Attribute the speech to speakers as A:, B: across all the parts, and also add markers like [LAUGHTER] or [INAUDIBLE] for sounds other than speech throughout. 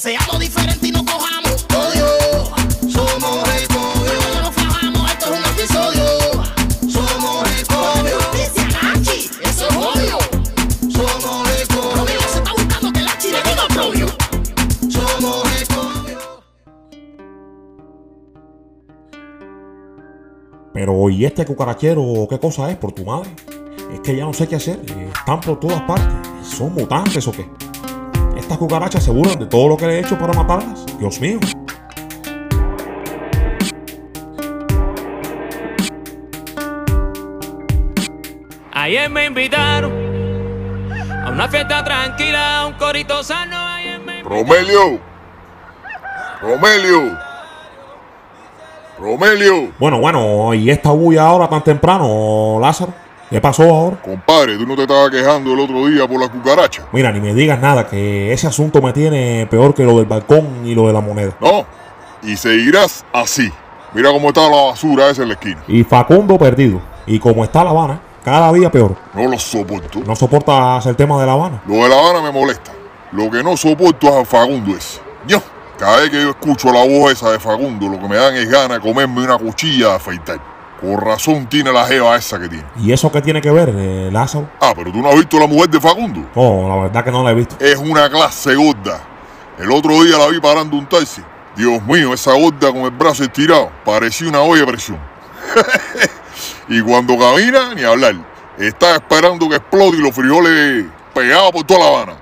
A: Seamos diferentes y no cojamos odio. Somos Recobio. No nos fajamos, esto es un episodio. Somos Recobio. Dice Nachi, eso es odio. Somos Recobio. Probio se está buscando que la chile diga Probio. Somos Recobio.
B: Pero ¿y este cucarachero qué cosa es por tu madre? Es que ya no sé qué hacer. eh, Están por todas partes. ¿Son mutantes o qué? Estas cucarachas se burlan de todo lo que le he hecho para matarlas. Dios mío.
C: Ayer me invitaron a una fiesta tranquila, a un corito sano. Ayer me
D: Romelio. Romelio. Romelio.
B: Bueno, bueno, ¿y esta bulla ahora tan temprano, Lázaro? ¿Qué pasó ahora?
D: Compadre, tú no te estabas quejando el otro día por la cucaracha.
B: Mira, ni me digas nada, que ese asunto me tiene peor que lo del balcón y lo de la moneda.
D: No. Y seguirás así. Mira cómo está la basura esa en la esquina.
B: Y Facundo perdido. Y como está La Habana, cada día peor.
D: No lo soporto.
B: No soportas el tema de La Habana.
D: Lo de La Habana me molesta. Lo que no soporto es a Facundo ese. Yo, cada vez que yo escucho la voz esa de Facundo, lo que me dan es ganas de comerme una cuchilla de afeitar. Con razón tiene la jeva esa que tiene.
B: ¿Y eso qué tiene que ver, eh, Lázaro?
D: Ah, pero tú no has visto la mujer de Facundo.
B: No, la verdad que no la he visto.
D: es una clase gorda. El otro día la vi parando un taxi. Dios mío, esa gorda con el brazo estirado. Parecía una olla de presión. [LAUGHS] y cuando camina, ni hablar. Está esperando que explote y los frijoles pegados por toda La Habana.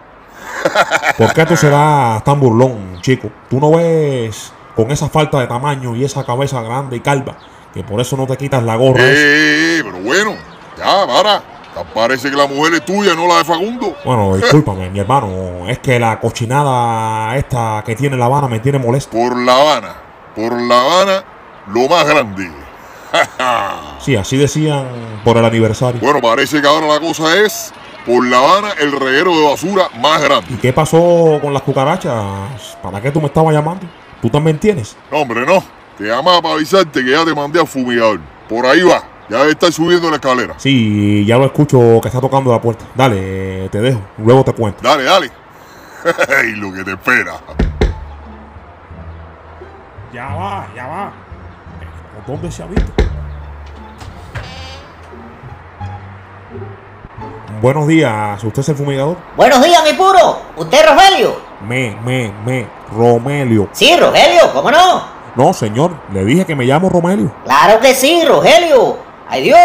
B: ¿Por qué tú serás tan burlón, chico? Tú no ves con esa falta de tamaño y esa cabeza grande y calva, que por eso no te quitas la gorra.
D: Eh,
B: esa?
D: eh, eh, pero bueno, ya, para. Ya Parece que la mujer es tuya, no la de Facundo.
B: Bueno, discúlpame, mi hermano. Es que la cochinada esta que tiene La Habana me tiene molesto.
D: Por La Habana, por La Habana, lo más grande.
B: Sí, así decían por el aniversario.
D: Bueno, parece que ahora la cosa es por La Habana el reguero de basura más grande.
B: ¿Y qué pasó con las cucarachas? ¿Para qué tú me estabas llamando? ¿Tú también tienes?
D: No, hombre, no. Te llamaba para avisarte que ya te mandé a fumigador. Por ahí va. Ya debe estar subiendo la escalera.
B: Sí, ya lo escucho que está tocando la puerta. Dale, te dejo. Luego te cuento.
D: Dale, dale. [LAUGHS] y lo que te espera.
B: Ya va, ya va. ¿Por dónde se ha visto? Buenos días, ¿usted es el fumigador?
E: Buenos días, mi puro. ¿Usted es Rogelio?
B: Me, me, me, Romelio.
E: Sí, Rogelio, ¿cómo no?
B: No, señor, le dije que me llamo Romelio.
E: Claro que sí, Rogelio. Ay Dios,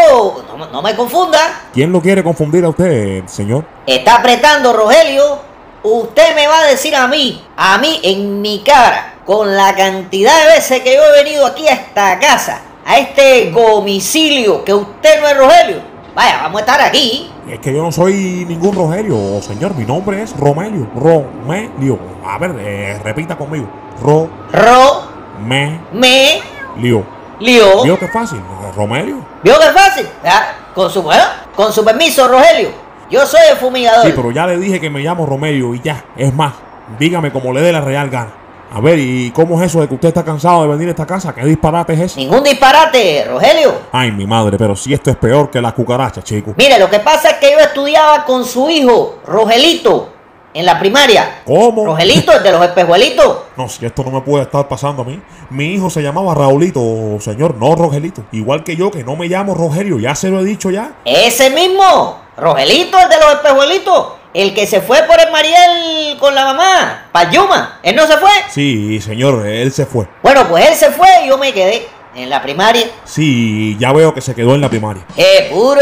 E: no, no me confunda.
B: ¿Quién lo quiere confundir a usted, señor?
E: Está apretando, Rogelio. Usted me va a decir a mí, a mí en mi cara, con la cantidad de veces que yo he venido aquí a esta casa, a este domicilio, que usted no es Rogelio. Vaya, vamos a estar aquí.
B: Es que yo no soy ningún Rogelio, Oh, señor. Mi nombre es Romelio. Romelio. A ver, eh, repita conmigo.
E: Ro,
B: Romelio.
E: me, lio.
B: ¿Vio qué fácil? Romelio.
E: ¿Vio que es fácil? Ah, Con su, bueno, con su permiso, Rogelio. Yo soy el fumigador.
B: Sí, pero ya le dije que me llamo Romelio y ya. Es más, dígame como le dé la real gana. A ver, ¿y cómo es eso de que usted está cansado de venir a esta casa? ¿Qué disparate es ese?
E: Ningún disparate, Rogelio.
B: Ay, mi madre, pero si esto es peor que las cucarachas, chico.
E: Mire, lo que pasa es que yo estudiaba con su hijo, Rogelito, en la primaria.
B: ¿Cómo?
E: Rogelito, el de los espejuelitos.
B: No, si esto no me puede estar pasando a mí. Mi hijo se llamaba Raulito, señor, no Rogelito. Igual que yo, que no me llamo Rogelio, ya se lo he dicho ya.
E: Ese mismo, Rogelito, el de los espejuelitos. El que se fue por el Mariel con la mamá, para Yuma. Él no se fue.
B: Sí, señor, él se fue.
E: Bueno, pues él se fue y yo me quedé en la primaria.
B: Sí, ya veo que se quedó en la primaria.
E: ¡Eh, puro!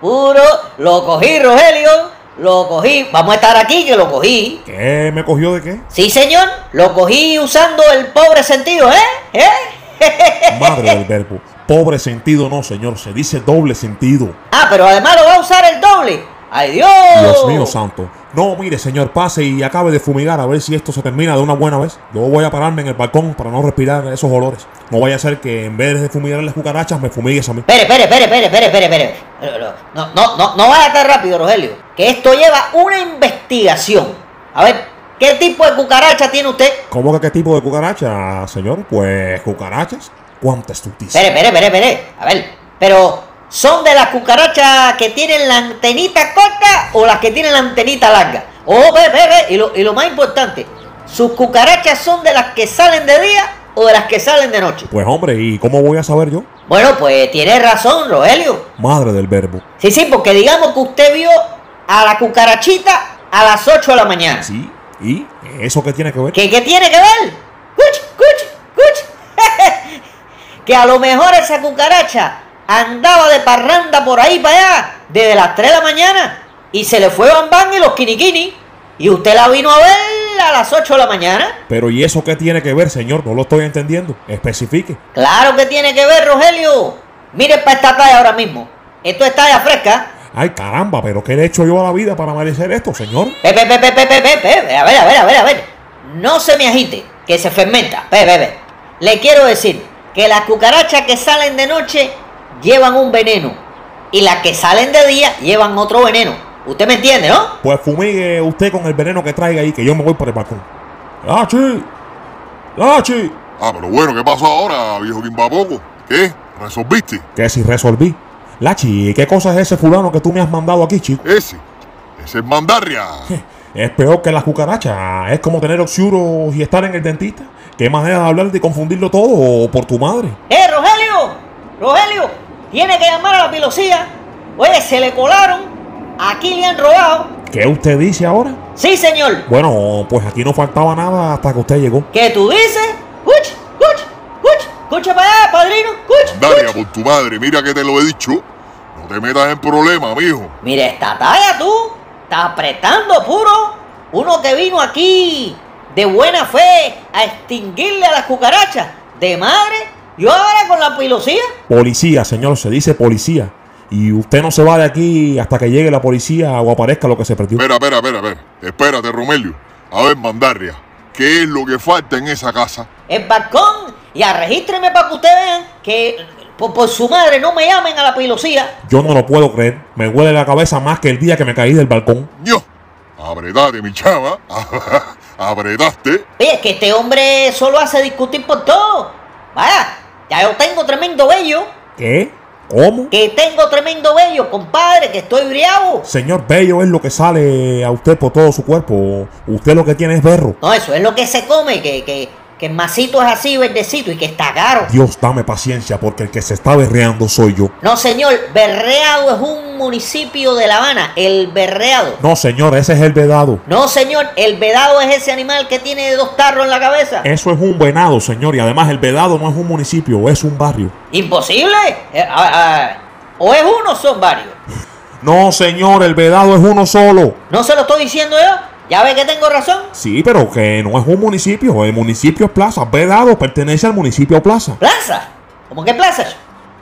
E: ¡Puro! Lo cogí, Rogelio. Lo cogí. Vamos a estar aquí que lo cogí.
B: ¿Qué me cogió de qué?
E: Sí, señor. Lo cogí usando el pobre sentido, ¿eh? ¿Eh?
B: Madre del verbo. Pobre sentido no, señor, se dice doble sentido.
E: ah, pero además lo va a usar el doble. ¡Ay, Dios!
B: Dios
E: ¡Oh!
B: mío santo. No, mire, señor, pase y acabe de fumigar a ver si esto se termina de una buena vez. Yo voy a pararme en el balcón para no respirar esos olores. No vaya a ser que en vez de fumigar a las cucarachas me fumigues a mí.
E: Espere, espere, espere, espere, espere, espere, espere. Pero, pero, No, no, no, no vaya tan rápido, Rogelio. Que esto lleva una investigación. A ver, ¿qué tipo de cucaracha tiene usted?
B: ¿Cómo que qué tipo de cucaracha, señor? Pues cucarachas. ¿Cuántas tú dices?
E: Espere, espere, espere, espere. A ver, pero ¿son de las cucarachas que tienen la Oh, antenita corta o las que tienen la antenita larga? Ojo, espere, espere, y lo, y lo más importante, ¿Sus cucarachas son de las que salen de día o de las que salen de noche?
B: Pues hombre, ¿y cómo voy a saber yo?
E: Bueno, pues tiene razón, Rogelio.
B: Madre del verbo.
E: Sí, sí, porque digamos que usted vio a la cucarachita a las 8 de la mañana.
B: Sí. ¿Y eso qué tiene que ver?
E: ¿Qué, qué tiene que ver? ¡Cuch, cuch, cuch! [LAUGHS] que a lo mejor esa cucaracha andaba de parranda por ahí para allá desde las 3 de la mañana y se le fue Bam Bam y los Kiniquini y usted la vino a ver a las 8 de la mañana.
B: Pero ¿y eso qué tiene que ver, señor? No lo estoy entendiendo. Especifique.
E: Claro que tiene que ver, Rogelio. Mire para esta talla ahora mismo. Esto es talla fresca.
B: Ay, caramba, pero ¿qué le he hecho yo a la vida para merecer esto, señor?
E: Pe, pe, pe, pe, pe, pe, pe, pe. A ver, a ver, a ver, a ver. No se me agite, que se fermenta. Pe, pe, pe. Le quiero decir que las cucarachas que salen de noche llevan un veneno. Y las que salen de día llevan otro veneno. Usted me entiende, ¿no?
B: Pues fumigue usted con el veneno que traiga ahí, que yo me voy por el balcón. ¡Lachi! ¡Lachi!
D: Ah, pero bueno, ¿qué pasó ahora, viejo Quimbapoco? ¿Qué? ¿Resolviste?
B: Que si resolví. Lachi, ¿qué cosa es ese fulano que tú me has mandado aquí, chico?
D: Ese. Ese es Mandarria.
B: Es peor que las cucarachas. Es como tener oxiuros y estar en el dentista. ¿Qué manera de hablar de confundirlo todo por tu madre?
E: ¡Eh, Rogelio! ¡Rogelio! Tiene que llamar a la pilosía. Oye, se le colaron. Aquí le han robado.
B: ¿Qué usted dice ahora?
E: Sí, señor.
B: Bueno, pues aquí no faltaba nada hasta que usted llegó.
E: ¿Qué tú dices? ¡Cuch, cuch, cuch! ¡Cucha para allá, padrino! ¡Cuch,
D: Mandarria,
E: cuch!
D: por tu madre, mira que te lo he dicho. No te metas en problemas, mijo.
E: Mira esta talla, tú. Está apretando, puro. Uno que vino aquí de buena fe a extinguirle a las cucarachas. De madre. Y ahora con la pilosía.
B: Policía, señor, se dice policía. Y usted no se va de aquí hasta que llegue la policía o aparezca lo que se perdió.
D: Espera, espera, espera, espera. Espérate, Romelio. A ver, Mandarria, ¿qué es lo que falta en esa casa?
E: el balcón y arregístreme para que ustedes vean que por, por su madre no me llamen a la pilosía.
B: Yo no lo puedo creer. Me huele la cabeza más que el día que me caí del balcón.
D: ¡Ño! Apretate, mi chava. [LAUGHS] Apretaste.
E: Oye, es que este hombre solo hace discutir por todo. Vaya, ya yo tengo tremendo bello,
B: ¿Qué? ¿Cómo?
E: que tengo tremendo bello, compadre, que estoy briavo.
B: Señor Bello es lo que sale a usted por todo su cuerpo. Usted lo que tiene es berro.
E: No, eso es lo que se come, que, que, que el masito es así, verdecito, y que está caro.
B: Dios, dame paciencia porque el que se está berreando soy yo.
E: No, señor, Berreado es un municipio de La Habana, el Berreado.
B: No, señor, ese es el vedado.
E: No, señor, el vedado es ese animal que tiene dos tarros en la cabeza.
B: Eso es un venado, señor. Y además el vedado no es un municipio, es un barrio.
E: ¿Imposible? Eh, ah, ah, ¿O es uno o son varios?
B: No, señor, el vedado es uno solo.
E: ¿No se lo estoy diciendo yo? ¿Ya ve que tengo razón?
B: Sí, pero que no es un municipio. El municipio es Plaza. Vedado pertenece al municipio Plaza.
E: ¿Plaza? ¿Cómo que plaza?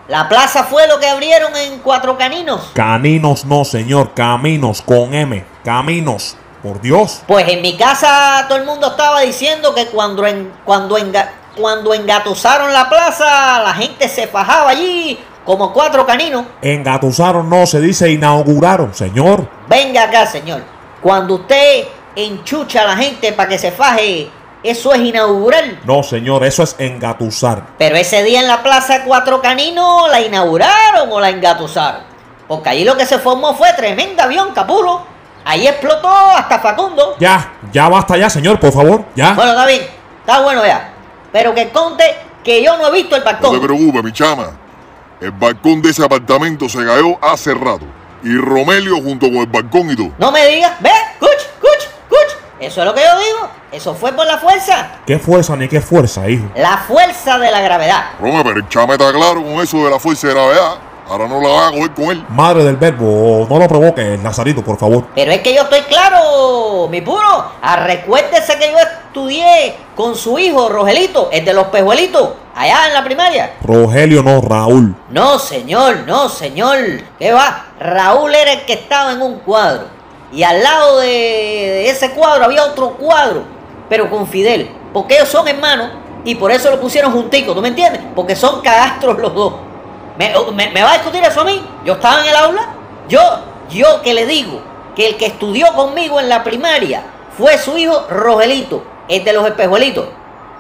E: La plaza fue lo que abrieron en Cuatro Caninos.
B: Caninos no, señor. Caminos con M. Caminos. Por Dios.
E: Pues en mi casa todo el mundo estaba diciendo que cuando, en, cuando, enga- cuando engatusaron la plaza, la gente se fajaba allí como cuatro caninos.
B: Engatusaron no, se dice inauguraron, señor.
E: Venga acá, señor. Cuando usted enchucha a la gente para que se faje, eso es inaugural.
B: No, señor, eso es engatusar.
E: Pero ese día en la Plaza Cuatro Caninos la inauguraron o la engatusaron. Porque allí lo que se formó fue tremenda avión capuro. Ahí explotó hasta Facundo.
B: Ya, ya basta ya, señor, por favor. Ya.
E: [LAUGHS] Bueno, está bien. Está bueno ya. Pero que conte que yo no he visto el
D: No te
E: balcón.
D: preocupes, mi chama. El balcón de ese apartamento se cayó hace rato. Y Romelio junto con el balcón y todo.
E: No me digas, ve, cuch, cuch, cuch. Eso es lo que yo digo. Eso fue por la fuerza.
B: Qué fuerza ni qué fuerza, hijo.
E: La fuerza de la gravedad.
D: Rome, pero el chama está claro con eso de la fuerza de gravedad. Ahora no la vas a coger con él.
B: Madre del verbo, no lo provoque, Nazarito, por favor.
E: Pero es que yo estoy claro, mi puro. Ah, recuérdese que yo estudié con su hijo, Rogelito, el de los pejuelitos, allá en la primaria.
B: Rogelio no, Raúl.
E: No, señor, no, señor. ¿Qué va? Raúl era el que estaba en un cuadro. Y al lado de, de ese cuadro había otro cuadro, pero con Fidel. Porque ellos son hermanos y por eso lo pusieron juntico, ¿tú me entiendes? Porque son cagastros los dos. ¿Me, me- me va a discutir eso a mí? ¿Yo estaba en el aula? Yo, yo que le digo que el que estudió conmigo en la primaria fue su hijo Rogelito, el de los espejuelitos.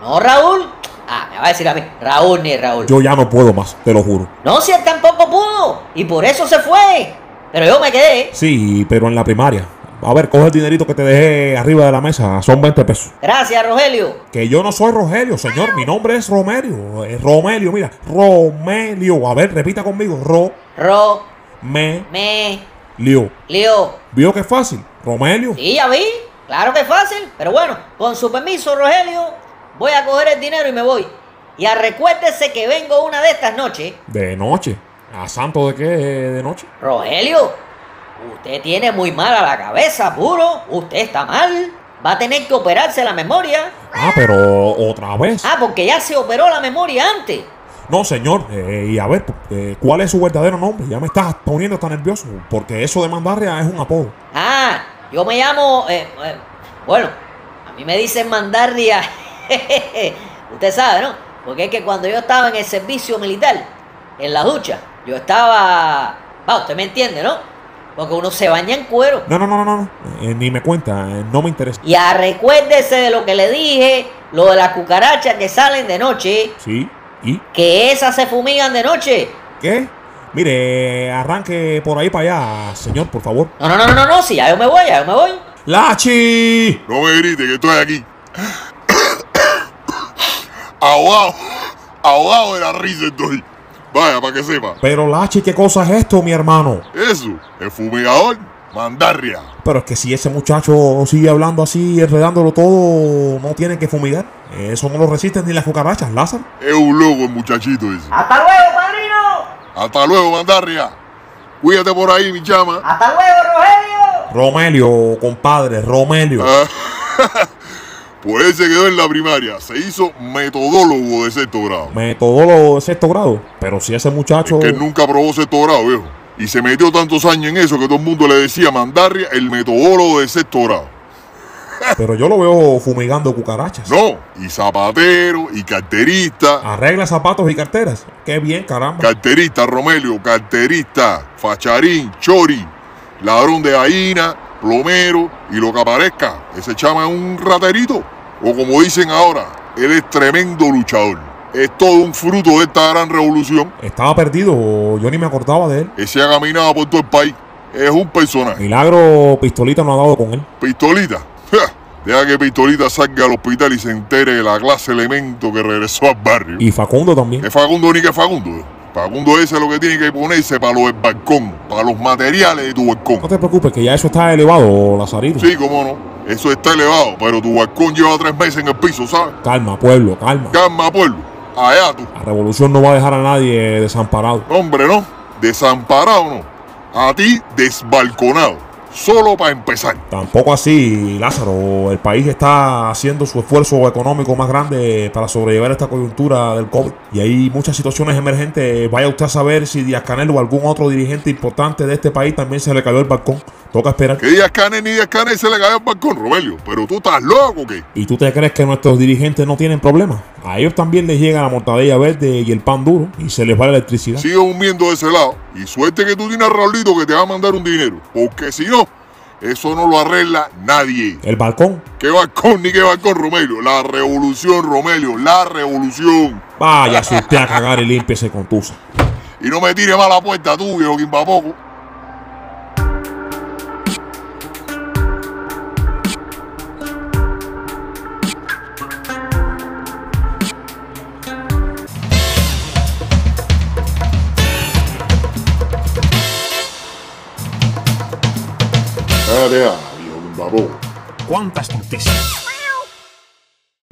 E: No, Raúl. Ah, me va a decir a mí, Raúl ni Raúl.
B: Yo ya no puedo más, te lo juro.
E: No, si él tampoco pudo. Y por eso se fue. Pero yo me quedé.
B: Sí, pero en la primaria. A ver, coge el dinerito que te dejé arriba de la mesa. Son 20 pesos.
E: Gracias, Rogelio.
B: Que yo no soy Rogelio, señor. Mi nombre es Romelio. Eh, Romelio, mira. Romelio. A ver, repita conmigo.
E: Ro,
B: Romelio.
E: me, lio.
B: ¿Vio que fácil? Romelio.
E: Sí, ya vi. Claro que es fácil. Pero bueno, con su permiso, Rogelio, voy a coger el dinero y me voy. Y a recuérdese que vengo una de estas noches.
B: De noche. ¿A santo de qué? eh, De noche.
E: Rogelio, usted tiene muy mala la cabeza, puro. Usted está mal. Va a tener que operarse la memoria.
B: Ah, pero otra vez.
E: Ah, porque ya se operó la memoria antes.
B: No, señor. eh, y a ver, eh, ¿cuál es su verdadero nombre? Ya me estás poniendo tan nervioso. Porque eso de mandarria es un apodo.
E: Ah, yo me llamo. eh, eh, bueno, a mí me dicen mandarria. [LAUGHS] Usted sabe, ¿no? Porque es que cuando yo estaba en el servicio militar, en la ducha, yo estaba. Va, usted me entiende, ¿no? Porque uno se baña en cuero.
B: No, no, no, no. no. Eh, ni me cuenta. eh, no me interesa.
E: Y a recuérdese de lo que le dije, lo de las cucarachas que salen de noche,
B: Sí. ¿Y?
E: que esas se fumigan de noche.
B: ¿Qué? Mire, arranque por ahí para allá, señor, por favor.
E: No, no, no, no, no, no, si ya yo me voy, ya yo me voy.
B: ¡Lachi!
D: No me grite que estoy aquí. [COUGHS] ahogado. Ahogado de la risa estoy. Vaya, para que sepa.
B: Pero Lachi, ¿qué cosa es esto, mi hermano?
D: Eso, el fumigador, mandarria.
B: Pero es que si ese muchacho sigue hablando así, enredándolo todo, no tienen que fumigar. Eso no lo resisten ni las cucarachas, Lázaro.
D: Es un loco el muchachito ese.
E: ¡Hasta luego, padrino!
D: Hasta luego, mandarria. Cuídate por ahí, mi chama.
E: ¡Hasta luego, Rogelio!
B: Romelio, compadre, Romelio.
D: Ah, Por él se Pues quedó en la primaria. Se hizo metodólogo de sexto grado.
B: Metodólogo de sexto grado. Pero si ese
D: Es
B: muchacho.
D: que él nunca probó sexto grado, viejo. Y se metió tantos años en eso que todo el mundo le decía mandarria el metodólogo de sexto grado.
B: Pero yo lo veo fumigando cucarachas.
D: No, y zapatero, y carterista.
B: Arregla zapatos y carteras. Qué bien, caramba.
D: Carterista, Romelio, carterista, facharín, chori, ladrón de gallina, plomero y lo que aparezca. Ese chama es un raterito. O como dicen ahora, él es tremendo luchador. Es todo un fruto de esta gran revolución.
B: Estaba perdido, yo ni me acordaba de él.
D: Ese ha caminado por todo el país. Es un personaje.
B: Milagro, pistolita no ha dado con él.
D: Pistolita. ja, Deja que Pistolita salga al hospital y se entere de la clase elemento que regresó al barrio.
B: Y Facundo también.
D: Es Facundo ni que Facundo. Facundo ese es lo que tiene que ponerse para los del balcón, para los materiales de tu balcón.
B: No te preocupes, que ya eso está elevado, Lazarito.
D: Sí, cómo no. Eso está elevado, pero tu balcón lleva tres meses en el piso, ¿sabes?
B: Calma, pueblo, calma.
D: Calma, pueblo. Allá tú.
B: La revolución no va a dejar a nadie desamparado.
D: Hombre, no. Desamparado, no. A ti, desbalconado. Solo para empezar.
B: Tampoco así, Lázaro. El país está haciendo su esfuerzo económico más grande para sobrellevar esta coyuntura del COVID. Y hay muchas situaciones emergentes. Vaya usted a saber si Díaz Canel o algún otro dirigente importante de este país también se le cayó el balcón. Toca esperar.
D: Que Díaz Canel ni Díaz Canel se le cayó el balcón, Romelio. Pero tú estás loco, ¿qué?
B: ¿Y tú te crees que nuestros dirigentes no tienen problemas? A ellos también les llega la mortadella verde y el pan duro y se les va la electricidad.
D: Sigue humiendo de ese lado. Y suerte que tú tienes a Raulito que te va a mandar un dinero. Porque si no, eso no lo arregla nadie.
B: El balcón.
D: ¿Qué balcón ni qué balcón, Romelio? La revolución, Romelio. La revolución.
B: Vaya, si usted a cagar y límpiese con tusa.
D: Y no me tires más la puerta tú, viejo Quimbapoco. Dale, ah, viejo Quimbapoco. ah,
F: cuántas noticias.